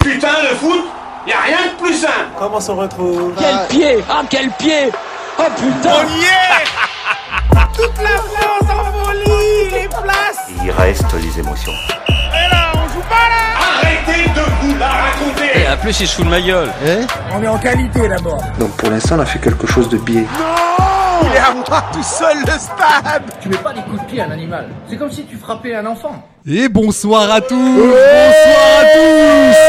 Putain, le foot, y a rien de plus simple. Comment on se retrouve Quel pied Ah, quel pied Oh putain y est Toute la France en folie Les places Il reste les émotions. Et là, on joue pas là Arrêtez de vous la raconter. En plus, il se fout de ma gueule. On est en qualité d'abord Donc pour l'instant, on a fait quelque chose de biais. Il est à moi tout seul le stade Tu mets pas des coups de pied à un animal. C'est comme si tu frappais un enfant. Et bonsoir à tous Bonsoir à tous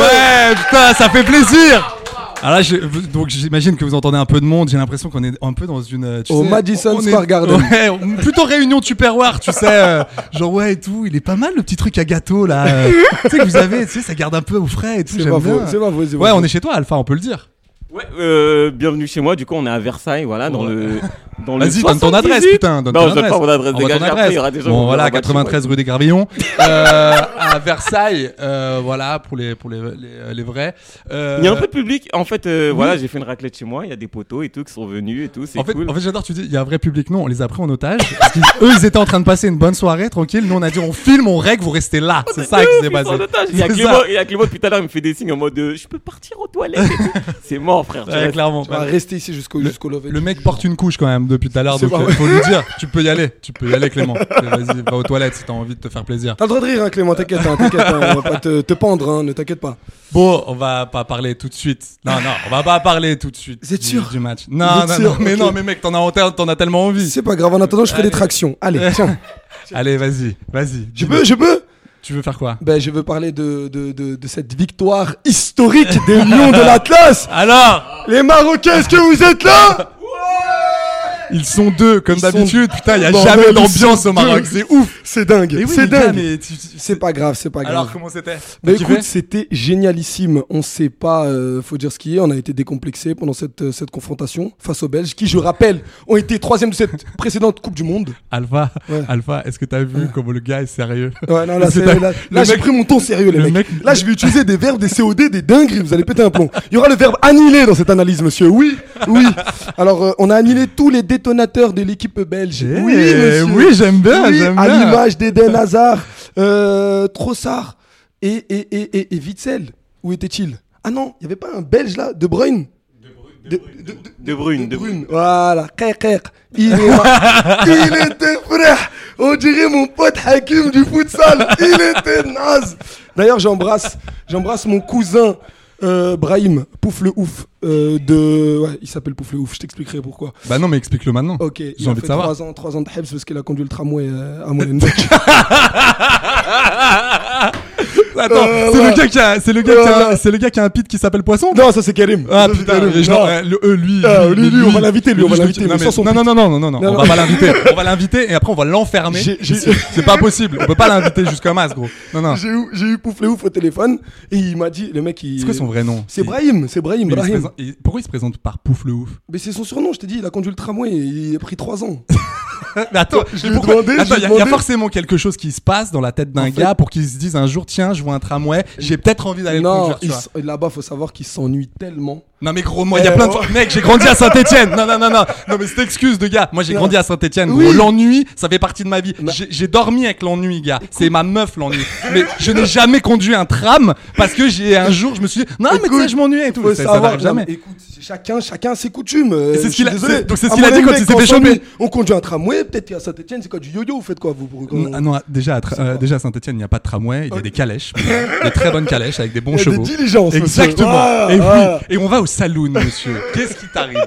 Ouais, putain, ça fait plaisir ah là, je- donc j'imagine que vous entendez un peu de monde. J'ai l'impression qu'on est un peu dans une. euh, tu Au Madison on est- Square Garden. Ouais, on- plutôt réunion Tupperware, tu sais. euh, genre ouais et tout. Il est pas mal le petit truc à gâteau là. euh, tu sais que vous avez, tu sais, ça garde un peu au frais et tout. C'est j'aime pas bien. faux, c'est pas faux, c'est pas Ouais, faux. on est chez toi, Alpha, on peut le dire. Ouais, euh, bienvenue chez moi. Du coup, on est à Versailles, voilà, dans le. Dans le Vas-y, donne ton 78. adresse, putain. Donne non, ton je donne adresse. pas mon adresse. On va Dégage, ton après, il y aura des gens. qui Bon, vont voilà, dire, bah, tu 93 rue des Gravillons, euh, à Versailles. Euh, voilà, pour les, pour les, les, les vrais. Euh, vois. Il y a un peu de public. En fait, euh, voilà, j'ai fait une raclette chez moi. Il y a des poteaux et tout qui sont venus et tout. C'est En fait, cool. en fait j'adore, tu dis, il y a un vrai public, non, on les a pris en otage. parce qu'ils- eux, ils étaient en train de passer une bonne soirée, tranquille. Nous, on a dit, on filme, on règle, vous restez là. C'est ça qui s'est Ils sont passé. en otage. Il y a C'est Clément, ça. il y a Clément depuis tout à l'heure, il me fait des signes en mode euh, je peux partir aux toilettes. et tout. c'est mort, frère. tu Ouais, restes. clairement. On va rester ici jusqu'au jusqu'au lever. Le mec porte une couche quand même depuis tout à l'heure, C'est donc pas euh, vrai. faut lui dire, tu peux y aller, tu peux y aller Clément. Vas-y, va aux toilettes si t'as envie de te faire plaisir. T'as le droit de rire, hein, Clément, t'inquiète, hein, t'inquiète, hein, on va pas te, te pendre, hein, ne t'inquiète pas. Bon, on va pas parler tout de suite. Non, non, on va pas parler tout de suite. Vous êtes du- sûr du match. Vous Non, êtes non, sûr non, mais Ok. non, mais mec, t'en as, t'en as tellement envie. C'est pas grave, en attendant, je ferai des tractions. Allez, tiens. Allez, vas-y, vas-y. Je peux, je peux Tu veux faire quoi Ben, je veux parler de, de, de, de cette victoire historique des Lions de l'Atlas Alors, Les Marocains, est-ce que vous êtes là ils sont deux comme Ils sont- d'habitude. Putain, y a Bordel, jamais ils d'ambiance sont au Maroc, deux. c'est ouf. C'est dingue, Eh oui, c'est les gars, dingue mais tu- tu- C'est pas grave, c'est pas grave. Alors comment c'était Bah Tu kiffais écoute, c'était génialissime. On sait pas, euh, faut dire ce qui est. On a été décomplexé pendant cette, euh, cette confrontation face aux Belges, qui, je rappelle, ont été troisième de cette précédente Coupe du Monde. Alpha, Ouais. Alpha, est-ce que t'as vu comment le gars est sérieux Ouais, non, là, C'est c'est- dingue. là, Le là, j'ai mec- pris mon ton sérieux, les le mecs. mec- Là, je vais utiliser des verbes, des COD, des dingueries. Vous allez péter un plomb. Il y aura le verbe annihiler dans cette analyse, monsieur. Oui, oui. Alors, euh, on a annihilé tous les détonateurs de l'équipe belge. Eh, oui, monsieur. oui, j'aime bien, Oui, j'aime à bien. l'image d'Eden Hazard, euh, Trossard et, et, et, et, et Witzel. Où était-il Ah non, il n'y avait pas un belge là, De Bruyne de, de- de- De Brune, de de Brune. Brune. Voilà, Kekek. Il, est là. il était frère. On dirait mon pote Hakim du futsal. Il était naze. D'ailleurs, j'embrasse, j'embrasse mon cousin euh, Brahim, pouf le ouf. euh, de... ouais, il s'appelle pouf le ouf, je t'expliquerai pourquoi. Bah non, mais explique-le maintenant. Ok, J'ai il a envie de fait savoir. 3 ans, 3 ans de Hebs parce qu'il a conduit le tramway euh, à Molenbeek. Attends, Euh, c'est ouais. le gars qui a, c'est le gars qui a, Ouais. c'est le gars qui a un pit qui s'appelle Poisson. non, ça c'est Karim. Ah Ça, c'est putain, Karim. mais genre, Non. euh, le- euh, lui, Ah, lui, lui, on va lui, l'inviter, lui, on va je le l'inviter, dis- mais Non, mais- sans son non, non, non, non, non, non, Non, on non. va pas l'inviter. On va l'inviter et après on va l'enfermer. J'ai- j'ai- C'est c'est pas possible. On peut pas l'inviter jusqu'à masse, gros. Non, non. J'ai eu, j'ai eu pouf le ouf au téléphone et il m'a dit, le mec, il. C'est quoi son vrai nom C'est Il- Brahim, c'est Brahim, mais il se Brahim. présente- il- Pourquoi il se présente par Pouf le ouf Mais c'est son surnom, je t'ai dit, il a conduit le tramway, il a pris 3 ans. Mais attends, Euh, Je lui mais ai pourquoi- demandé, je attends, lui ai y a- y a demandé. forcément quelque chose qui se passe dans la tête d'un En fait- gars pour qu'il se dise un jour tiens, je vois un tramway, j'ai peut-être envie d'aller le Non, conduire. tu il vois. s- là-bas, faut savoir qu'il s'ennuie tellement. Non mais gros, moi il Eh, y a plein de oh. fois- mec, j'ai grandi à Saint-Étienne. Non non non non. Non mais cette excuse de gars, moi j'ai Non. grandi à Saint-Étienne. Oui. gros. L'ennui, ça fait partie de ma vie. Non. J'ai j'ai dormi avec l'ennui, gars. C'est ma meuf l'ennui. mais je n'ai jamais conduit un tram parce que j'ai un jour je me suis dit non mais tu sais, je m'ennuie et tout. Faut Ça- ça savoir, n'arrive non, jamais. mais écoute, c'est chacun, chacun a ses coutumes. euh, Et c'est ce je suis qu'il a- désolé. c'est- donc c'est ce À qu'il a mon dit quand avis, il s'était fait on s'ennuie, choper. On conduit un tramway, peut-être qu'à Saint-Etienne, c'est quoi du yo-yo Vous faites quoi vous pour Non, ah non, déjà, à tra- euh, déjà à Saint-Etienne, il n'y a pas de tramway, il y a des calèches, des très bonnes calèches avec des bons Il y a des chevaux. diligences, monsieur. Exactement. Ah, et, ah. oui, et on va au saloon, monsieur. Qu'est-ce qui t'arrive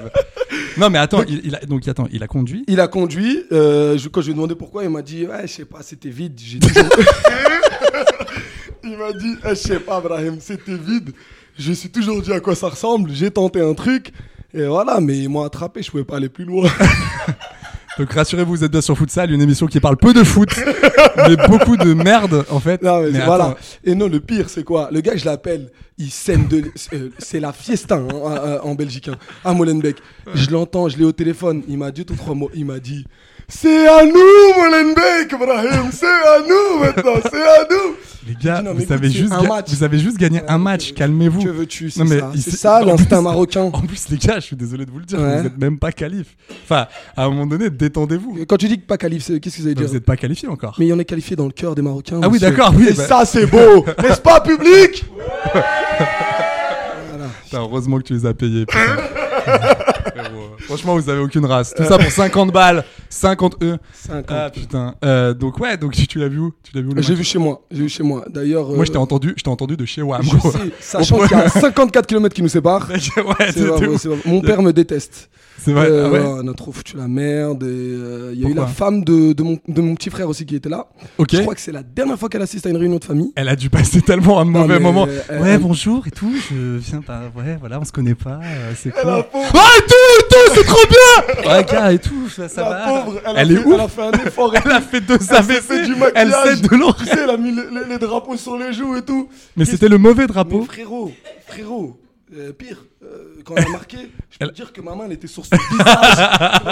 Non, mais attends, il, il a, donc attends, il a conduit. Il a conduit. euh, je- quand je lui ai demandé pourquoi, il m'a dit Ouais, je sais pas, c'était vide. J'ai dit Il m'a dit Eh, Je sais pas, Brahim, c'était vide. Je me suis toujours dit à quoi ça ressemble. J'ai tenté un truc. Et voilà, mais ils m'ont attrapé, je pouvais pas aller plus loin. Donc rassurez-vous, vous êtes bien sur Futsal, une émission qui parle peu de foot, mais beaucoup de merde en fait. Non, mais Mais voilà. attends, Et non, le pire, c'est quoi Le gars, je l'appelle, il sème de. euh, C'est la fiesta hein, en- euh, en Belgique, hein, à Molenbeek. Je l'entends, je l'ai au téléphone. Il m'a dit tout trois mots. Il m'a dit C'est à nous, Molenbeek, Brahim, c'est à nous maintenant, c'est à nous. Les gars, Non, mais vous, écoute, avez c'est juste un ga- match. vous avez juste gagné un match, calmez-vous. Que veux-tu, c'est Non, mais ça, il- c'est ça en l'instinct plus- marocain. En plus, les gars, je suis désolé de vous le dire, Ouais. vous n'êtes même pas qualif. Enfin, à un moment donné, détendez-vous. Quand tu dis que pas qualifié, c'est- qu'est-ce que vous allez Vous dire n'êtes pas qualifié encore. Mais on est qualifié dans le cœur des Marocains. Ah oui, monsieur. d'accord, oui, Et bah. ça, c'est beau, n'est-ce pas, public Putain, heureusement que tu les as payés. putain. Frérot, Franchement, vous avez aucune race. Tout ça pour 50 balles, 50 E. 50. Ah putain. Euh, donc ouais, donc tu tu l'as vu où Tu l'as vu où le J'ai match vu chez moi, j'ai vu chez moi. D'ailleurs, euh, Moi, je t'ai entendu, je t'ai entendu de chez WAM. je gros. sais, sachant qu'il y a 54 km qui nous séparent. Mec, ouais, C'est vrai, de ouais, ouf. c'est vrai. Mon père me déteste. C'est vrai. Euh, ah ouais. voilà, notre ouf, tu la merde. et, euh, Il y a eu Pourquoi la femme de, de mon, de mon petit frère aussi qui était là. Ok. Je crois que c'est la dernière fois qu'elle assiste à une réunion de famille. Elle a dû passer tellement un mauvais mais, moment. euh, elle- ouais, elle- bonjour et tout. Je viens pas. Ouais, voilà, on se connaît pas. euh, c'est cool. Ouais, et tout, et tout, c'est trop bien. Ouais, gars, et tout, ça, ça va. elle, Elle a est fait, ouf. Elle a fait un effort. et Elle a fait deux fait AVC. du Elle maquillage. sait de tu l'orge. sais, elle a mis les, les- les drapeaux sur les joues et tout. Mais c'était le mauvais Mais drapeau. frérot, frérot, euh, pire, euh, quand elle a marqué, je peux Elle- te dire que ma main elle était sur son visage,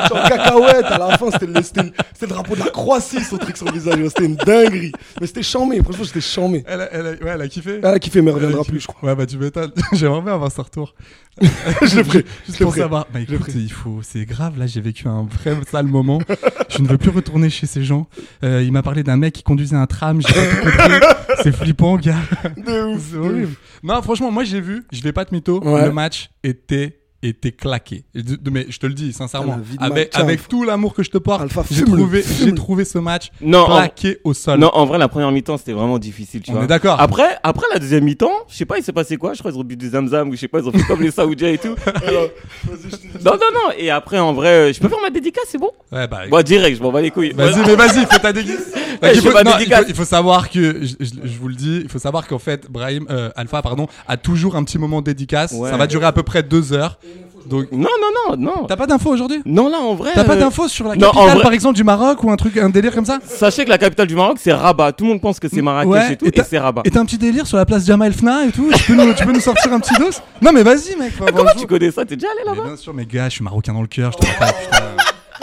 genre en cacahuète. À la fin, c'était le, c'était le- c'était le drapeau de la Croatie, son truc sur le visage. C'était une dinguerie. Mais c'était chambé, franchement, j'étais chambé. Elle a, elle a- ouais, elle a kiffé. Elle a kiffé, mais elle Elle a reviendra kiffé. plus, je crois. Ouais, bah tu m'étonnes. J'aimerais bien avoir ce retour. je l'ai pris. je l'ai Juste pour pris. savoir. Bah Je l'ai écoute, pris. il faut. C'est grave. Là, j'ai vécu un vrai sale moment. Je ne veux plus retourner chez ces gens. Euh, il m'a parlé d'un mec qui conduisait un tram. J'ai pas tout compris. C'est flippant, gars. De ouf, C'est de horrible. ouf. Non, franchement, moi j'ai vu, je vais pas te mytho, Ouais. le match était était claqué. Et de- de- Mais je te le dis sincèrement, Putain, Ah, la vie de avec, mannequin, avec Alpha. tout l'amour que je te porte, Alpha, j'ai fume-le, trouvé, fume-le. j'ai trouvé ce match Non, oh. en- claqué au sol. Non, en vrai, la première mi-temps, c'était vraiment difficile, tu Ah, On vois. est d'accord. Après, après la deuxième mi-temps, je sais pas, il s'est passé quoi Je crois qu'ils ont bu du zamzam ou je sais pas, ils ont fait comme les Saoudiens et tout. non, non, non. Et après, en vrai, euh, je peux faire ma dédicace, c'est bon Ouais, bah, Moi, direct, je m'en bats les couilles. Vas-y, mais vas-y, fais ta déguise. Eh, il, je faut, fais ma non, il, dédicace. faut, il faut savoir que, je, je- je vous le dis, il faut savoir qu'en fait, Brahim, euh, Alpha, pardon, a toujours un petit moment dédicace. Ouais. Ça va durer à peu près deux heures. Donc, Non, non, non, non. t'as pas d'infos aujourd'hui Non, là, en vrai. T'as pas euh, d'infos sur la non, en capitale, vrai- par exemple, du Maroc ou un truc, un délire comme ça Sachez que la capitale du Maroc, c'est Rabat. Tout le monde pense que c'est Marrakech Ouais, et tout, et et, t'as- c'est Rabat. Et t'as un petit délire sur la place Jamal Fna et tout Tu peux nous, tu peux nous sortir un petit dos Non mais vas-y mec faut avoir Comment le tu jour. connais ça T'es déjà allé Mais là-bas Bien sûr mes gars, je suis marocain dans le cœur, je te pas putain.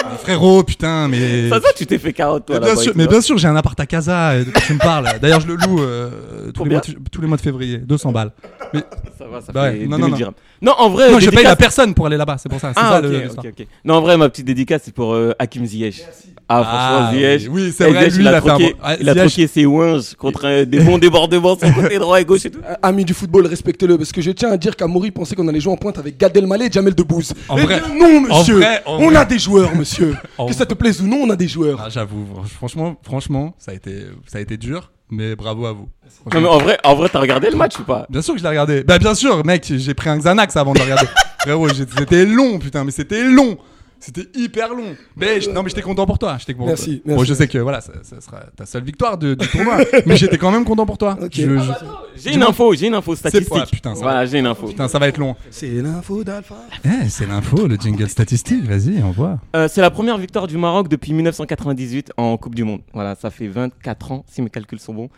Mais frérot putain mais... Ça, ça, tu t'es fait carotte, toi, Mais là-bas. Eh bien et sûr, tout, hein. mais là. bien sûr, j'ai un appart à Casa, euh, de quoi tu me parles. D'ailleurs, je le loue euh, tous, les Combien mois de, tous les mois de février, 200 balles. Mais, Ça va, ça Ouais, fait non, 2000 non, non. dirhams. Non, en vrai. non, je paye Euh, dédicace- la personne pour aller là-bas, c'est pour ça. C'est Ah, ça ok, le- ok, l'histoire. ok. Non, en vrai, ma petite dédicace, c'est pour euh, Hakim Ziyech. Ah, franchement, Ah, Ziyech. oui, oui, c'est Eh, vrai, Ziyech, lui, il il a a fait un troqué, bon- ah, il a Ziyech- troqué ses wings contre euh, des bons débordements sur côté droit et gauche et tout. Euh, Amis du football, respectez-le parce que je tiens à dire qu'Amori pensait qu'on allait jouer en pointe avec Gad Elmaleh et Jamel Debbouze. En Eh vrai- bien, non, en monsieur. vrai, en on vrai. a des joueurs, monsieur. En que ça te plaise ou non, on a des joueurs. Ah, J'avoue, franchement, franchement, ça a été, ça a été dur, mais bravo à vous. Non, mais en vrai, en vrai, t'as regardé le match ou pas Bien sûr que je l'ai regardé. Bah bien sûr, mec, j'ai pris un Xanax avant de le regarder. Frérot, j'ai- c'était long, putain, mais c'était long. C'était hyper long. Mais je- non, mais j'étais content pour toi. J'étais content. Merci, Bon, merci, je sais que voilà, ça, ça sera ta seule victoire de- du tournoi, mais j'étais quand même content pour toi. Ok. Je- je- J'ai une info, j'ai une info statistique. ouais, putain, ça voilà, j'ai une info. Putain, ça va être long. C'est l'info d'Alpha. Eh, c'est l'info, le jingle statistique. Vas-y, envoie. Euh, c'est la première victoire du Maroc depuis 1998 en Coupe du Monde. Voilà, ça fait 24 ans, si mes calculs sont bons.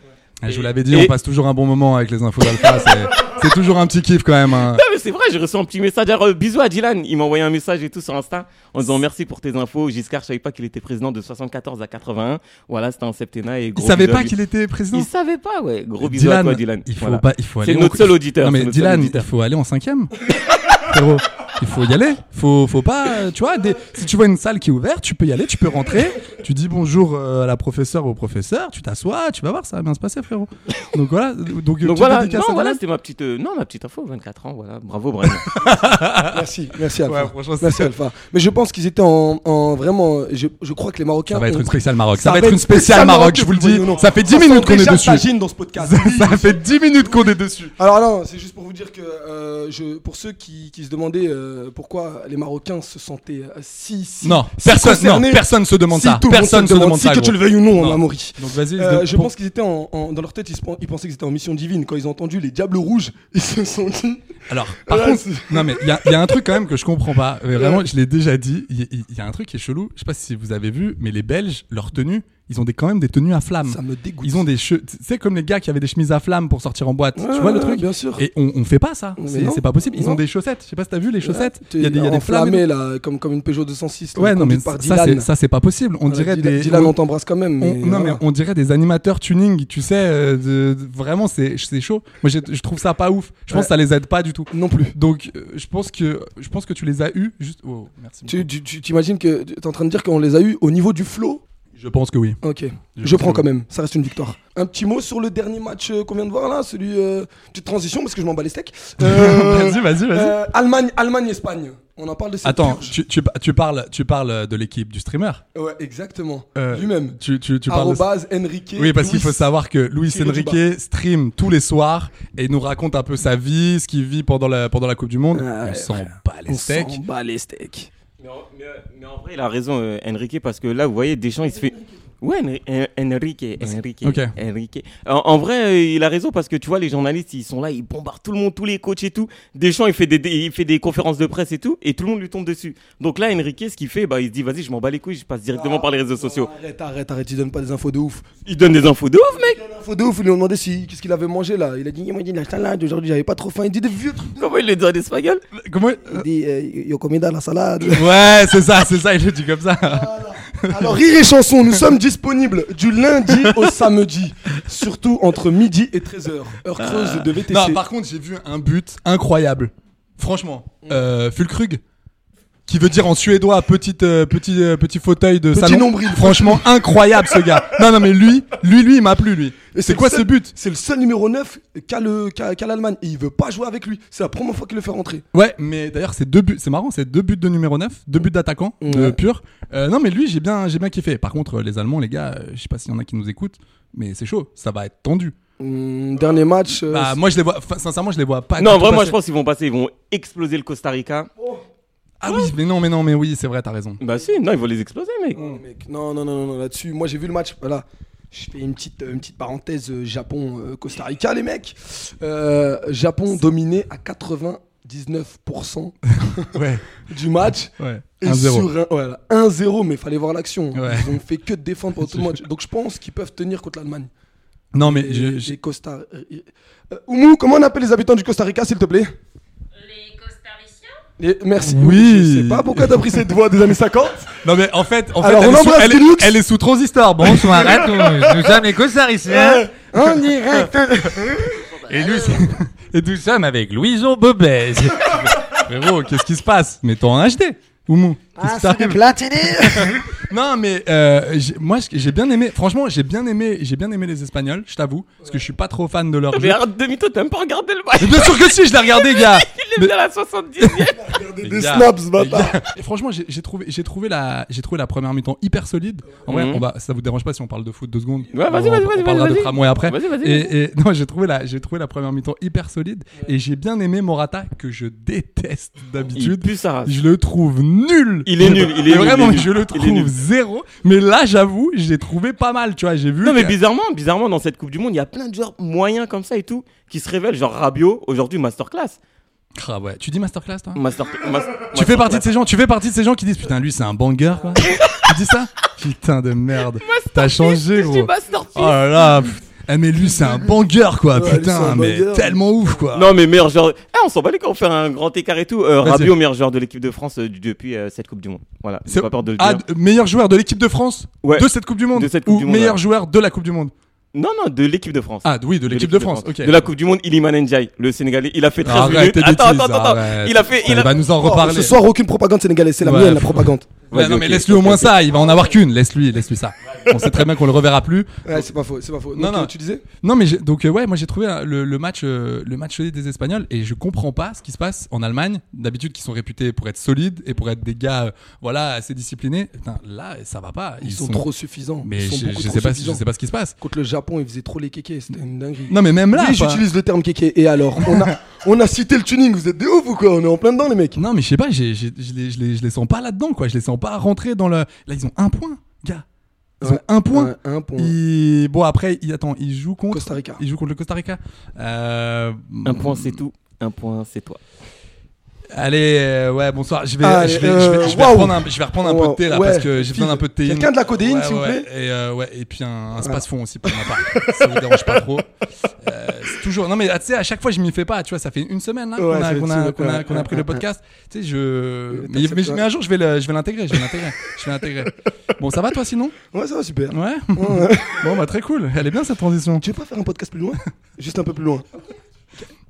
Ah, je vous Et- l'avais dit, Eh, et- on passe toujours un bon moment avec les infos d'Alpha. c'est- C'est toujours un petit kiff quand même. hein. Ah, mais c'est vrai, j'ai reçu un petit message. Alors, euh, bisous à Dylan, il m'a envoyé un message et tout sur Insta en disant merci pour tes infos. Giscard, je savais pas qu'il était président de 74 à 81. Voilà, c'était un septennat et gros. Il savait bisous à pas lui. qu'il était président. Il savait pas, ouais. Gros bisous à toi, Dylan. Il faut Voilà. pas, il faut C'est aller notre en- seul auditeur, Non c'est mais notre seul Dylan, il auditeur. faut aller en cinquième. Frérot, il faut y aller. Faut, faut pas, euh, tu vois, des- si tu vois une salle qui est ouverte, tu peux y aller, tu peux rentrer. Tu dis bonjour euh, à la professeure ou au professeur, tu t'assois, tu vas voir, ça va bien se passer, frérot. Donc voilà, donc, euh, Donc petite voilà, dédicace non, à voilà, Dylan. c'était ma petite, euh, non, ma petite info, 24 ans, voilà. Bravo, Brian. Merci, merci Alpha. Ouais, franchement, c'est- merci Alpha. Mais je pense qu'ils étaient en, en vraiment. Je, je crois que les Marocains. Ça va être ont- une spéciale Maroc. Ça, va être une spéciale spéciale Maroc, je vous le dis. voyez ou non. Ça fait 10 Ça sent minutes qu'on est déjà dessus. Tagine dans ce podcast. Ça fait 10 minutes qu'on est dessus. Alors non, c'est juste pour vous dire que euh, je, pour ceux qui, qui se demandaient euh, pourquoi les Marocains se sentaient euh, si, si Non, si personne, non, concernés, personne se demande si ça. tout le monde Personne se demande, demande si ça. que tu gros. le veuilles ou non, Non. en Amaury. Donc vas-y. Euh, de- je pour- pense qu'ils étaient en, en- dans leur tête, ils, se pen- ils pensaient qu'ils étaient en mission divine. Quand ils ont entendu les Diables Rouges, ils se sont dit Alors, par Ouais, contre, c'est- non mais il y, a- il y a un truc quand même que je comprends pas. Mais Vraiment, je l'ai déjà dit. Il y, il y a un truc qui est chelou. Je sais pas si vous avez vu, mais les Belges, leurs tenues, ils ont des, quand même des tenues à flammes. Ça me dégoûte. Hmm. Ils ont des cheveux. Tu sais, comme les gars qui avaient des chemises à flammes pour sortir en boîte. tu vois Ah, Ouais, le truc Bien sûr. Et on, on fait pas ça. Mais C'est non. c'est pas possible. Ils Non. ont des chaussettes. Je sais pas si t'as vu les chaussettes. T'es Il y a des, il y a des flammes. et enflammé, tout. là, comme, comme une Peugeot 206. là, Ouais, non mais conduite par ça, c'est- Dylan. ça c'est pas possible. On dirait Dylan, des. Dylan, on- on t'embrasse quand même. on- Mais non mais voilà. on dirait des animateurs tuning, tu sais, euh, de- de- vraiment c'est c'est chaud. Moi j'ai- je trouve ça pas ouf. Je pense Ouais. que ça les aide pas du tout. non plus. Donc, euh, je pense que je pense que tu les as eus. Juste, oh, merci. Tu beaucoup. tu- tu- t'imagines que t'es en train de dire qu'on les a eus au niveau du flow Je pense que oui. Ok. Je Je pense prends que quand oui. même. Ça reste une victoire. Un petit mot sur le dernier match euh, qu'on vient de voir là, celui euh, petite transition parce que je m'en bats les steaks. Euh, vas-y, vas-y, vas-y. euh, Allemagne, Allemagne, Espagne. On en parle de cette Attends, purge. tu, tu, tu parles tu parles de l'équipe du streamer. Ouais, exactement. Euh, Lui-même. Tu tu tu parles. de- Arrobase Enrique. Oui, parce qu'il Luis. faut savoir que Luis Thierry Enrique stream tous les soirs et nous raconte un peu sa vie, ce qu'il vit pendant la pendant la Coupe du Monde. on s'en bat les Ah, On s'en steaks. bat les steaks. Mais en, mais, euh, mais en vrai, il a raison, euh, Enrique, parce que là, vous voyez, Deschamps, il se fait. Ouais, Enri- en- Enrique, Enrique, Ok. Enrique. En, en vrai, euh, il a raison parce que tu vois, les journalistes, ils sont là, ils bombardent tout le monde, tous les coachs et tout. Deschamps, il fait des, des- il fait des conférences de presse et tout, et tout le monde lui tombe dessus. Donc là, Enrique, ce qu'il fait, bah, il se dit, vas-y, je m'en bats les couilles, je passe directement par les réseaux sociaux. Arrête, arrête, arrête, tu donnes pas des infos de ouf. Il donne des infos de ouf, mec. Des infos de ouf, ils lui ont demandé si, qu'est-ce qu'il avait mangé là. Il a dit, il m'a dit la salade, aujourd'hui j'avais pas trop faim. Il dit des vieux trucs. Comment il le dit en espagnol Comment Il dit, euh, yo comida la salade. Ouais, c'est ça, c'est ça. Il le dit comme ça. Alors, rire et chanson, nous sommes disponibles du lundi au samedi, surtout entre midi et 13h, heure creuse de VTC. Non, par contre, j'ai vu un but incroyable. Franchement, euh, Fulkrug, qui veut dire en suédois petit euh, petit euh, petit fauteuil de Petit salon. nombril. Franchement, incroyable ce gars. Non, non, mais lui, lui, lui, il m'a plu lui. Et C'est le quoi seul- ce but C'est le seul numéro 9 qu'a le- qu'a- qu'a l'Allemagne et il veut pas jouer avec lui. C'est la première fois qu'il le fait rentrer. Ouais, mais d'ailleurs, c'est deux buts. C'est marrant, c'est deux buts de numéro 9, deux buts d'attaquant de Ouais. pur. Euh, non, mais lui, j'ai bien, j'ai bien kiffé. Par contre, euh, les Allemands, les gars, euh, je sais pas s'il y en a qui nous écoutent, mais c'est chaud. Ça va être tendu. Hum, dernier match. euh, Bah, c'est- moi, je les vois. enfin, Sincèrement, je les vois pas. Non, du tout vraiment, passer. je pense qu'ils vont passer, ils vont exploser le Costa Rica. Ah oui, mais non, mais non, mais oui, c'est vrai, t'as raison. Bah si, non, ils vont les exploser, mec. Mm. Oh, mec, Non, non, non, non, non, là-dessus, moi j'ai vu le match. Voilà, je fais une petite, euh, une petite parenthèse euh, Japon-Costa Rica, les mecs. Euh, Japon dominé à 99% Ouais, du match. ouais. Et 1-0. sur un- voilà, 1-0, mais fallait voir l'action. Ouais. Ils ont fait que de défendre pendant tout le match. Donc je pense qu'ils peuvent tenir contre l'Allemagne. Non, mais Et- je- et je- Costa. Euh, Oumu, comment on appelle les habitants du Costa Rica, s'il te plaît Les costariciens Les- Merci. Oui. Je sais pas pourquoi t'as pris cette voix des années 50. Non mais en fait, en fait, Alors, elle, on est sous, embrasse elle est- Deluxe. elle est sous transistor. Bon, Bonsoir à tous, nous sommes les hein. Costariciens En direct. et nous, et nous sommes avec Louison Bobez. frérot, qu'est-ce qui se passe Mais t'es en HD, Oumou. Ah, Qu'est-ce qui t'arrive Non mais euh, j'ai- moi ce que j'ai bien aimé. Franchement, j'ai bien aimé, j'ai bien aimé les Espagnols. Je t'avoue, parce que je suis pas trop fan de leur jeu. Mais arrête demi-tour, t'as même pas regardé le match. Mais bien sûr que si, je l'ai regardé, gars. Il est venu à la 70 e Les Des gars, snaps, ce les bâtard. gars. Et franchement, j'ai j'ai trouvé, j'ai trouvé la, j'ai trouvé la première mi-temps hyper solide. En vrai, Mhm. on va, ça vous dérange pas si on parle de foot deux secondes Ouais, vas-y, On- vas-y, on vas-y, parlera de vas-y. tramway après. Vas-y, vas-y, Et, et- non, j'ai trouvé la, j'ai trouvé la première mi-temps hyper solide et j'ai bien aimé Morata que je déteste Il d'habitude. pue sa race. Je le trouve nul. Il est nul, il Mais est nul, Vraiment, il est je nul. le Il est trouve nul. zéro. Mais là, j'avoue, j'ai trouvé pas mal. Tu vois, j'ai vu. Non mais que- bizarrement, bizarrement dans cette Coupe du Monde, il y a plein de joueurs moyens comme ça et tout qui se révèlent, genre Rabiot aujourd'hui masterclass, Ah ouais. Tu dis masterclass, toi master, mas- Tu fais masterclass. partie de ces gens, tu fais partie de ces gens qui disent putain lui c'est un banger quoi. tu dis ça Putain de merde. T'as changé gros. Oh là là. pff. Eh, mais lui c'est un banger quoi. Ouais, lui, c'est putain un mais banger. tellement ouf quoi. Non mais meilleur joueur. Eh, on s'en bat les couilles, on fait un grand écart et tout. Euh, Vas-y. Rabiot meilleur joueur de l'équipe de France euh, depuis euh, cette Coupe du Monde. Voilà, C'est- j'ai pas peur de le Ah, dire. d- meilleur joueur de l'équipe de France Ouais. de cette Coupe du Monde De cette ou Coupe du Monde, meilleur ouais. joueur de la Coupe du Monde. Non non, de l'équipe de France. Ah oui de l'équipe de, France. Ok. De la Coupe du Monde, Iliman Ndiaye, le Sénégalais, il a fait 13 Arrête minutes. tes Attends, bêtises, attends, attends, arrête. Il a fait, il Elle a... va nous en Oh, reparler. ce soir, aucune propagande sénégalaise, c'est la Ouais, mienne, la faut- propagande. Ouais, non mais laisse-lui au moins ça, il va en avoir qu'une, laisse-lui, laisse-lui ça. On sait très bien qu'on le reverra plus. Ouais, c'est pas faux, c'est pas faux. Non, Donc, non. euh, tu disais Non mais j'ai- donc euh, ouais moi j'ai trouvé euh, le, le match euh, le match solide des Espagnols et je comprends pas ce qui se passe en Allemagne d'habitude qui sont réputés pour être solides et pour être des gars euh, voilà assez disciplinés Putain, là ça va pas Ils, sont, trop suffisants. mais ils sont je, beaucoup je trop sais pas si- je suffisants. sais pas ce qui se passe Contre le Japon, ils faisaient trop les kékés, c'était une dinguerie. non mais même là oui, enfin- j'utilise le terme kéké. Et alors on a, on a cité le tuning, vous êtes des ouf ou quoi On est en plein dedans, les mecs. non mais je sais pas j'ai- j'ai- je les, je les- je les sens pas là dedans quoi je les sens pas rentrer dans le là ils ont un point gars ils Ouais, ont un point Ouais, un point. Ils- bon après ils attends ils jouent contre Costa Rica. ils jouent contre le Costa Rica Euh, Un point c'est tout. Un point, c'est toi. Allez, euh, ouais, bonsoir. Je vais, Allez, je vais, je vais- je vais euh, reprendre un, je vais reprendre un peu de thé là Ouais. parce que j'ai besoin d'un peu de thé. Quelqu'un de la codéine, Ouais, s'il vous ouais. plaît Et, euh, ouais, et puis un, un space-fond aussi pour ma part. ça vous dérange pas trop. Euh, c'est toujours. Non, mais ah, tu sais, à chaque fois, je m'y fais pas. Tu vois, ça fait une semaine là Ouais, qu'on ça a, fait qu'on une a- semaine, qu'on a- ouais, qu'on a pris ouais, le ouais. podcast. Tu sais, je. Euh, Mais, mais- t'acceptes, mais un jour, je vais le- je vais l'intégrer. Je vais l'intégrer. Je vais l'intégrer. Bon, ça va toi sinon Ouais, ça va, super. Ouais. Bon, bah très cool. Elle est bien cette transition. Tu veux pas faire un podcast plus loin Juste un peu plus loin.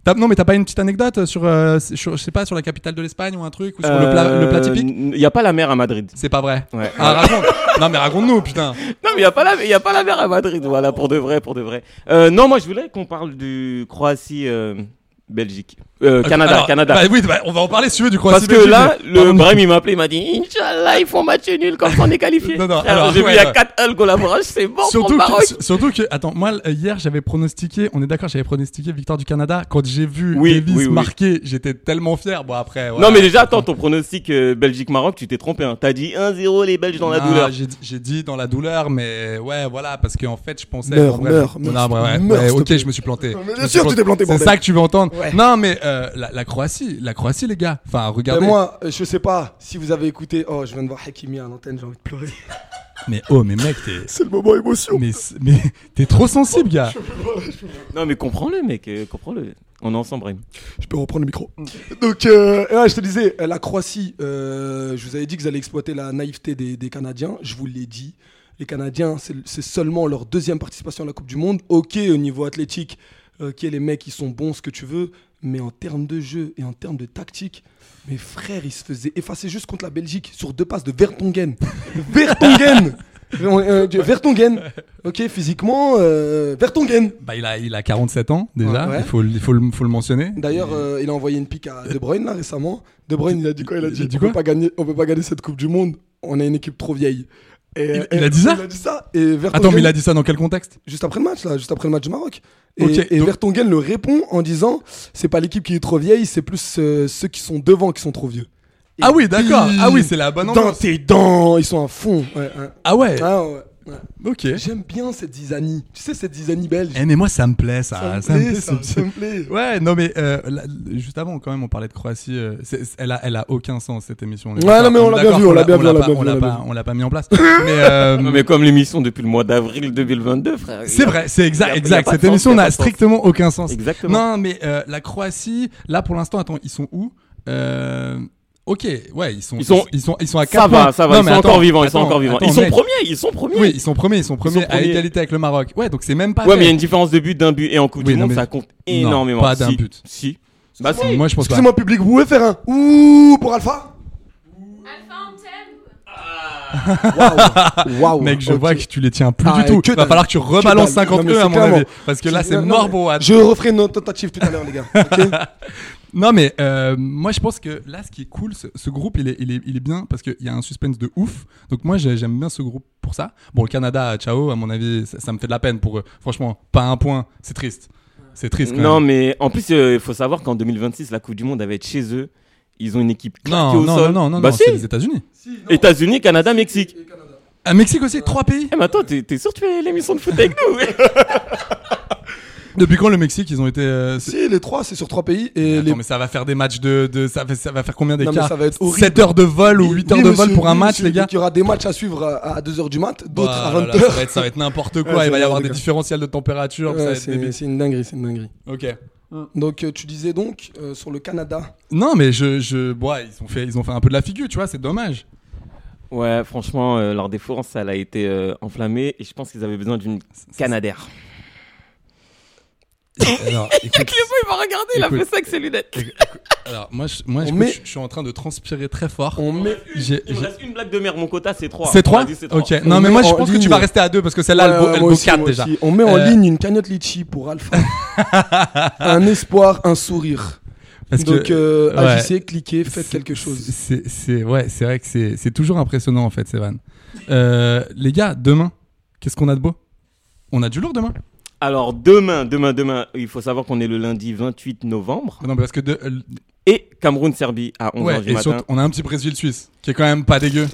T'as- non, mais t'as pas une petite anecdote sur, euh, sur- je sais pas, sur la capitale de l'Espagne ou un truc ou sur le, plat, le plat typique Euh, Il n'y a pas la mer à Madrid. C'est pas vrai. Ouais. Ah, raconte. non, mais raconte-nous, putain. Non, mais il n'y a, pas la- y a pas la mer à Madrid, voilà, pour de vrai, pour de vrai. Euh, non, moi, je voulais qu'on parle du Croatie-Belgique. Euh, Canada, Alors, Canada. Bah oui, bah, on va en parler si tu veux du Croatie. Parce que là, le Brahim, il m'a appelé, il m'a dit Inch'Allah, ils font match nul comme ça, on est qualifié. Non, non, Frère, alors, J'ai vu ouais, il y a ouais. 4 goal à Bruges, c'est bon pour Surtout le Maroc. que, su- surtout que, attends, moi euh, hier j'avais pronostiqué, on est d'accord, j'avais pronostiqué victoire du Canada. Quand j'ai vu Oui, Davis oui, oui. marquer, j'étais tellement fier. Bon après. voilà. Non, mais déjà, attends, ton pronostic euh, Belgique-Maroc, tu t'es trompé. Hein. T'as dit 1-0 les Belges dans la Non, douleur. Ah, J'ai, j'ai dit dans la douleur, mais ouais, voilà, parce qu'en fait, je pensais. Meurs, bon, bref. meurs, Non, meurs, ouais, ouais, meurs, ouais, s'il te ok, plaît. je me suis planté. mais bien Je me suis sûr que tu t'es planté, C'est bordel. ça que tu veux entendre. Ouais. Non, mais euh, la, la Croatie, la Croatie, les gars. Enfin, regardez. Mais moi, euh, je sais pas si vous avez écouté. Oh, je viens de voir Hakimi à l'antenne, j'ai envie de pleurer. Mais oh, mais mec, t'es, C'est le moment émotion. mais, mais t'es trop sensible, gars. Non, mais comprends-le, mec, euh, comprends-le. On est ensemble, Brahim. Je peux reprendre le micro. Donc, euh, ouais, je te disais, euh, la Croatie, euh, je vous avais dit que vous allez exploiter la naïveté des, des Canadiens. Je vous l'ai dit. Les Canadiens, c'est c'est seulement leur deuxième participation à la Coupe du Monde. Ok, au niveau athlétique, euh, ok, les mecs, ils sont bons, ce que tu veux. Mais en termes de jeu et en termes de tactique, mes frères, ils se faisaient effacer juste contre la Belgique sur deux passes de Vertonghen. Vertonghen Euh, euh, Vertonghen Ok, physiquement, euh, Vertonghen Bah, il a, il a 47 ans déjà. Ouais, ouais. Il faut, le- il faut, le, faut le mentionner. D'ailleurs, euh, il a envoyé une pique à De Bruyne là récemment. De Bruyne, il a dit quoi Il a dit, dit on, peut quoi pas gagner, on peut pas gagner cette Coupe du Monde. On a une équipe trop vieille. Et, Il- euh, il a dit ça Il a dit ça. Et Vertonghen, Attends, mais il a dit ça dans quel contexte juste après le match là, juste après le match du Maroc. Et, Ok, et donc- Vertonghen le répond en disant, c'est pas l'équipe qui est trop vieille, c'est plus euh, ceux qui sont devant qui sont trop vieux. Et Ah oui, d'accord. bim, Ah oui, c'est la bonne Dans ambiance. tes dents, ils sont à fond. Ouais, ouais. Ah ouais. Ah ouais, ouais. Ok. J'aime bien cette zizanie. Tu sais cette zizanie belge. Eh mais moi ça me plaît ça, ça me plaît, ça, ce- ça me plaît. Ouais, non mais euh, là, juste avant quand même on parlait de Croatie, euh, c'est- c'est- elle, a, elle a aucun sens cette émission. on est Ouais, d'accord, non, mais on l'a est bien d'accord vu, on qu'on l'a bien vu, on l'a bien pas- vu, on l'a on l'a pas, bien on l'a pas mis en place. mais euh, Non, mais comme l'émission depuis le mois d'avril 2022, frère. c'est vrai, c'est y exact, a- y a exact. pas de Cette sens, émission y a pas n'a de sens. strictement aucun sens. Exactement. Non mais euh, la Croatie, là pour l'instant, attends, ils sont où Euh, Ok, ouais, ils sont Ils sont- ils sont ils sont à Ça quatre va, points. ça va, Non, ils mais sont attends, encore vivants, ils sont attends, encore vivants. attends, ils sont mec. premiers, ils sont premiers. Oui, ils sont premiers, ils sont premiers à premiers. égalité avec le Maroc. Ouais, donc c'est même pas. Ouais, fait. mais il y a une différence de but d'un but et en Coupe Oui, du non, Monde, mais- ça compte Non, énormément. pas d'un Si. but. Si. Bah si. Moi je pense pas. Excusez-moi public, vous pouvez faire un ouh pour Alpha Alpha, on t'aime. Waouh. Ah. Waouh. Mec, je oh, Ok. vois que tu les tiens plus Ah, du tout. que Va dalle. falloir que tu rebalances Que dalle. 50 Non, mais à c'est mon clairement. avis. Parce que là, c'est Non, mort mais pour Watt. Je referai nos tentatives tout à l'heure, les gars. ok Non, mais euh, moi, je pense que là, ce qui est cool, ce, ce groupe, il est, il est, il est bien parce qu'il y a un suspense de ouf. Donc, moi, j'ai- j'aime bien ce groupe pour ça. Bon, le Canada, ciao, à mon avis, ça, ça me fait de la peine pour eux. Franchement, pas un point. C'est triste. C'est triste quand Non, même. mais en plus, euh, il faut savoir qu'en 2026, la Coupe du Monde va être chez eux. Ils ont une équipe claquée Non, au non, non, sol. non, non, bah non, si. c'est les États-Unis. États-Unis, Canada, Mexique. À Mexique aussi, trois pays. Eh, mais attends, t'es t'es sûr que tu fais l'émission de foot avec nous Depuis quand le Mexique, ils ont été. euh, c'est- Si, les trois, c'est sur trois pays. Et Attends, les... mais ça va faire des matchs de. de- ça, fait- ça va faire combien Non, mais d'écart ça va être horrible. 7 heures de vol ou 8 heures Oui, de monsieur, vol pour un oui, match, monsieur. les gars Donc, Il y aura des matchs à suivre à, 2h du mat, d'autres Ouah, à là, là, ça, va 20h. être, ça va être n'importe quoi. Ouais, Il va y c'est avoir des n'importe quoi. différentiels de température. ça va être débile. c'est c'est une dinguerie, c'est une dinguerie. Ok. Donc euh, tu disais donc euh, sur le Canada. Non, mais je, je, ouais, ils ont fait, ils ont fait un peu de la figure, tu vois. C'est dommage. Ouais, franchement, euh, leur défense, elle a été euh, enflammée et je pense qu'ils avaient besoin d'une Canadaire. Alors, écoute, il va regarder, il a Écoute. fait ça avec ses lunettes. alors, moi, je, moi, On écoute, met- je, je suis en train de transpirer très fort. On met J'ai- Il me j'ai- reste une blague de mer, mon quota, c'est 3. C'est 3 Ok. Non, On mais moi, met je en pense que tu ligne. vas rester à deux parce que celle-là, elle vaut- Ouais, elle moi vaut aussi, 4 moi déjà. aussi. On met en Euh, ligne une cagnotte litchi pour Alpha. un espoir, un sourire. Parce que- donc euh, ouais. agissez, cliquez, faites C'est- quelque chose. C'est, c'est, ouais, c'est vrai que c'est, c'est toujours impressionnant en fait, Sévan. Euh, les gars, demain, qu'est-ce qu'on a de beau On a du lourd demain. Alors demain, demain, demain, il faut savoir qu'on est le lundi 28 novembre Non, mais parce que de, euh, et Cameroun-Serbie à 11h ouais, du et matin. surtout, on a un petit Brésil suisse qui est quand même pas dégueu.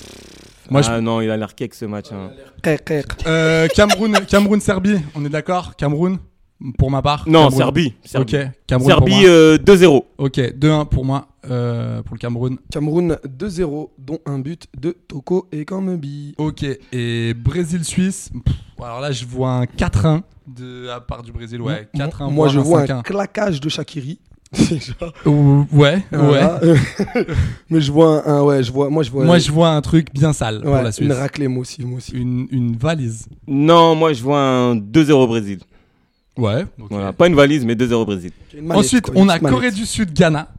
Moi, je Ah non, il a l'air cake ce match. hein. Euh, Cameroun, Cameroun, Serbie, on est d'accord Cameroun pour ma part. Non, Cameroun. Serbie. Serbie, Ok, Cameroun pour Serbie moi. euh, 2-0. Ok, 2-1 pour moi, euh, pour le Cameroun. Cameroun 2-0, dont un but de Toko et Kambi. Ok, et Brésil-Suisse, pff, alors là je vois un 4-1 de à part du Brésil, ouais. 4-1 Moi, voire je vois un un 5-1. claquage de Shakiri. Déjà. Ouh, Ouais, Euh, ouais. Voilà. Mais je vois un, un- ouais, je vois, moi je vois. Moi je vois un truc bien sale pour Ouais, la Suisse. une raclée moi aussi, moi aussi. Une, une valise. Non, moi je vois un 2-0 au Brésil. Ouais. ok. Voilà, pas une valise, mais 2-0 au Brésil. Une mallette, Ensuite, quoi, une on a petite mallette. Corée du Sud, Ghana.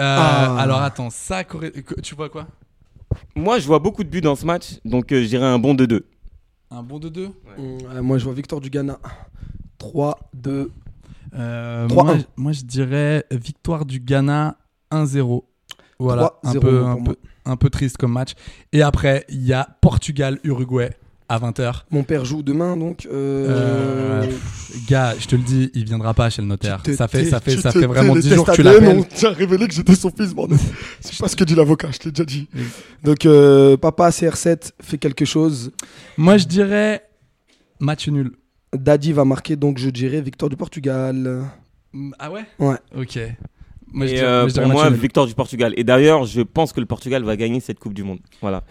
Euh, Ah. Alors attends, ça, Corée... tu vois quoi Moi je vois beaucoup de buts dans ce match, donc euh, j'irai un bon 2-2. Un bon de 2 Mmh, ouais, moi je vois victoire du Ghana. 3, 2. Euh, 3-1. moi, je- moi, je dirais victoire du Ghana 1-0. Voilà, un 3-0 peu, pour un, moi. peu, un peu triste comme match. Et après, il y a Portugal-Uruguay à 20h. Mon père joue demain donc. euh, Euh, pff, gars, je te le dis, il viendra pas chez le notaire. Tu Ça fait, t'étais- ça fait, tu ça t'étais fait vraiment 10 jours que tu testadien, l'appelles. non, Tu as révélé que j'étais son fils, bordel. C'est pas ce que dit l'avocat, je t'ai déjà dit. Donc, euh, papa CR7 fait quelque chose. Moi, je dirais match nul. Daddy va marquer, donc je dirais victoire du Portugal. Ah ouais Ouais. Ok. Moi, Et dirais- euh, moi, dirais pour match moi, nul. victoire du Portugal. Et d'ailleurs, je pense que le Portugal va gagner cette Coupe du Monde. Voilà.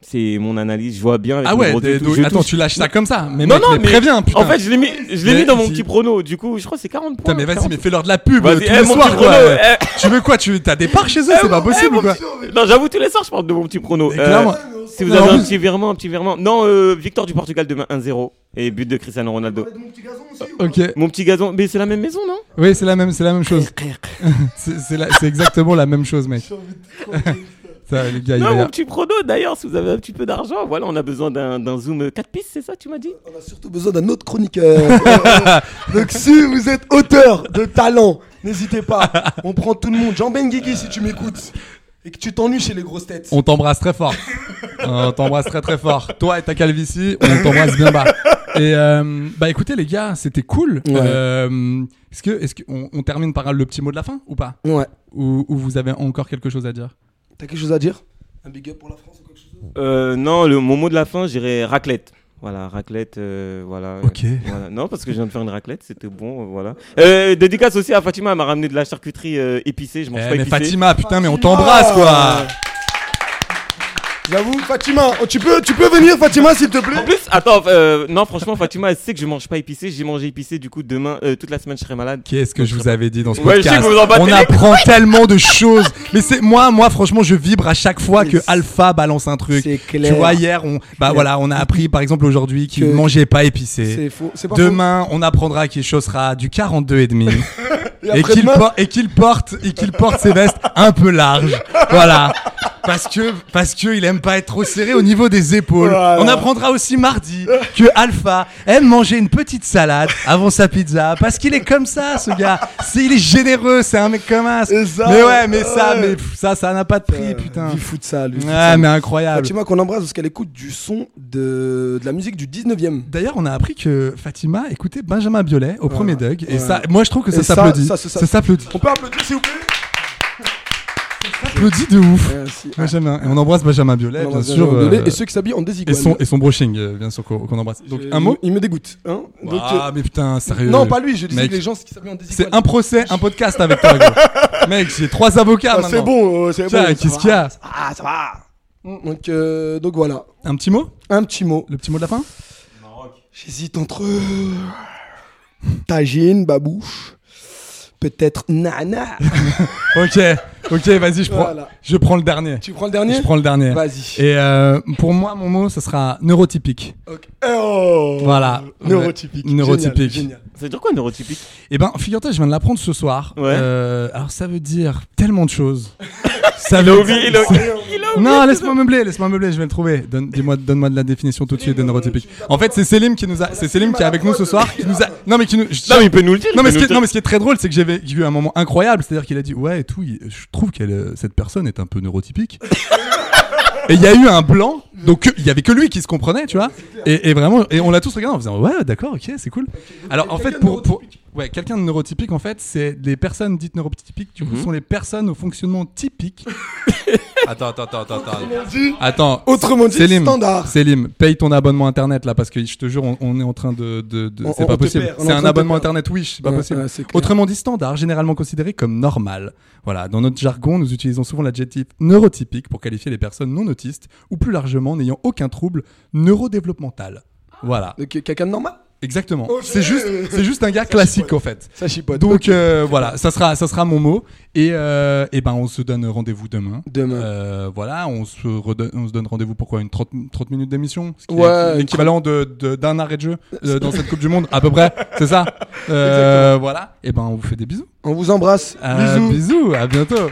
C'est mon analyse. Je vois bien. Avec Ah mon ouais, gros deux des- tout. donc- Je attends, touche. tu lâches ça comme ça. Mais Non, mec, non, mais mais- préviens, putain. En fait, je l'ai mis, je l'ai Mais mis dans mon dis- petit prono. Du coup, je crois que c'est 40 points. Putain, mais vas-y, 40. mais fais-leur de la pub. Vas-y, tous eh, les mon Eh, soirs, petit quoi. prono, eh. Tu veux quoi tu, T'as des parts chez eux, c'est pas possible ou quoi Non, j'avoue, tous les soirs, je parle de mon petit prono. Mais Euh, clairement. si vous Non, en avez un plus- petit virement, un petit virement. Non, euh, victoire du Portugal demain 1-0 et but de Cristiano Ronaldo. Ok. Mon petit gazon, mais c'est la même maison, non Oui, c'est la même, c'est la même chose. c'est c'est la- c'est exactement la même chose, mec. Ça, les gars, il Non, va y mon a- petit prono, d'ailleurs, si vous avez un petit peu d'argent, voilà, on a besoin d'un d'un zoom 4 pistes, c'est ça, tu m'as dit On a surtout besoin d'un autre chroniqueur. donc, si vous êtes auteur de talent, n'hésitez pas. On prend tout le monde. Jean Benguigui, si tu m'écoutes et que tu t'ennuies chez les grosses têtes. On t'embrasse très fort. on t'embrasse très très fort. Toi et ta calvitie, on t'embrasse bien bas. Et euh, bah écoutez les gars, c'était cool. Ouais. Euh, est-ce que est-ce qu'on on termine par le petit mot de la fin ou pas Ouais. ou, ou vous avez encore quelque chose à dire T'as quelque chose à dire Un big up pour la France ou quelque chose Euh, non, le, mon mot de la fin, j'irai raclette. Voilà, raclette, euh, voilà. Ok. euh, voilà. Non, parce que je viens de faire une raclette, c'était bon, euh, voilà. Euh, dédicace aussi à Fatima, elle m'a ramené de la charcuterie euh, épicée, je mange Eh, pas mais épicée. Fatima, putain, mais on t'embrasse quoi. Ah. J'avoue, Fatima, oh, tu peux, tu peux venir, Fatima, s'il te En plaît plus, attends, euh, non, franchement, Fatima, elle sait que je mange pas épicé, j'ai mangé épicé, du coup, demain, euh, toute la semaine, je serai malade. Qu'est-ce que je vous avais dit dans ce Ouais, je sais que podcast vous vous en battez On les apprend tellement de choses. Mais c'est moi, moi franchement, je vibre à chaque fois que Alpha balance un truc. C'est clair. Tu vois hier, on bah voilà, on a appris par exemple aujourd'hui qu'il Que- ne mangeait pas épicé. C'est faux, c'est pas Demain, on apprendra qu'il chaussera du 42 et demi faux. et qu'il après-demain, por- et qu'il porte et qu'il porte ses vestes un peu larges. Voilà. Parce que parce que il aime pas être trop serré au niveau des épaules. Voilà. On apprendra aussi mardi que Alpha aime manger une petite salade avant sa pizza parce qu'il est comme ça ce gars. C'est il est généreux, c'est un mec comme un. C'est ça. mais ouais, mais ça Ouais. mais pff, ça ça n'a pas de prix euh, putain. Lui fout de ça, lui. fout de Ouais, ça. mais incroyable. Fatima qu'on embrasse parce qu'elle écoute du son de, de la musique du 19ème. D'ailleurs, on a appris que Fatima écoutait Benjamin Biolay au premier Doug. Et Ouais. ça, moi, je trouve que ça Et ça, s'applaudit. ça, Ça ça, ça- s'applaudit. On peut applaudir, s'il vous plaît S'applaudit de ouf. Merci. Benjamin. Et on embrasse Benjamin Ah, On Biolay, bien embrasse sûr. Benjamin Biolay euh, Et ceux qui s'habillent en et désigual. son, et son brushing, euh, bien sûr, qu'on qu'on embrasse. Donc, Je- un mot Il me dégoûte. Hein Donc, Ah, mais putain, euh, sérieux. non, pas lui, je disais Mec. que les gens qui s'habillent en désigual. C'est un procès, un podcast avec toi, gros. Mec, j'ai trois avocats Ah, maintenant. c'est bon, euh, c'est bon. Tiens, ça qu'est-ce va. qu'il y a Ah, ça va. Donc, euh, donc voilà, Un petit mot un petit mot. Le petit mot de la fin J'hésite entre tagine, babouche, peut-être nana. Ok, ok, vas-y, je prends, Voilà. je prends le dernier. tu prends le dernier Je prends le dernier. Vas-y. Et euh, pour moi, mon mot, ça sera neurotypique. Ok. Oh Voilà. Neurotypique. Neurotypique. Génial, génial. Ça veut dire quoi, neurotypique Eh ben, figure-toi, je viens de l'apprendre ce soir. Ouais. Euh, alors, ça veut dire tellement de choses. Ça veut Il a dire- oublié, il a il a oublié. Non, laisse-moi meubler, laisse-moi meubler, je vais le trouver. Donne, dis-moi, donne-moi de la définition tout de suite de neurotypique. En fait, c'est Selim qui nous a, c'est Selim qui est avec nous ce soir, qui nous a, non mais qui nous, Non, mais il peut nous le dire. non, mais il ce peut qui est, nous le non, mais dire. ce qui est très drôle, c'est que j'avais j'ai eu un moment incroyable, c'est-à-dire qu'il a dit ouais et tout, il- je trouve que cette personne est un peu neurotypique. et il y a eu un blanc, donc que- il y avait que lui qui se comprenait, tu vois. Et, et vraiment, et on l'a tous regardé en faisant ouais d'accord, ok, c'est cool. Alors en fait pour, pour Ouais, quelqu'un de neurotypique, en fait, c'est les personnes dites neurotypiques, du coup, sont les personnes au fonctionnement typique. attends, attends, attends, attends, attends. dit- Attends. Autrement dit, Selim, standard. Selim, paye ton abonnement internet là parce que je te jure, on, on est en train de. de- de- On- c'est on- on pas te possible. perd, on est en C'est train un de te abonnement perdre. internet Wish, c'est pas Ouais, possible. ouais, c'est clair. Autrement dit, standard, généralement considéré comme normal. Voilà, dans notre jargon, nous utilisons souvent l'adjectif neurotypique pour qualifier les personnes non autistes ou plus largement n'ayant aucun trouble neurodéveloppemental. Voilà, Donc, Quelqu'un de normal exactement. Ok. C'est juste, c'est juste un gars classique en fait. Oh, Ça chipote. Donc euh, voilà, ça sera, ça sera mon mot. Et, euh, eh ben, on se donne rendez-vous demain. Demain. Euh, voilà, on se, redonne- on se donne rendez-vous pour quoi Une 30, 30 minutes d'émission Ce qui Ouais, est une l'équivalent de- de- d'un arrêt de jeu euh, dans cette Coupe du Monde, à peu près, c'est ça Euh, Voilà, et ben on vous fait des bisous. On vous embrasse. Euh, Bisous. Bisous, à bientôt.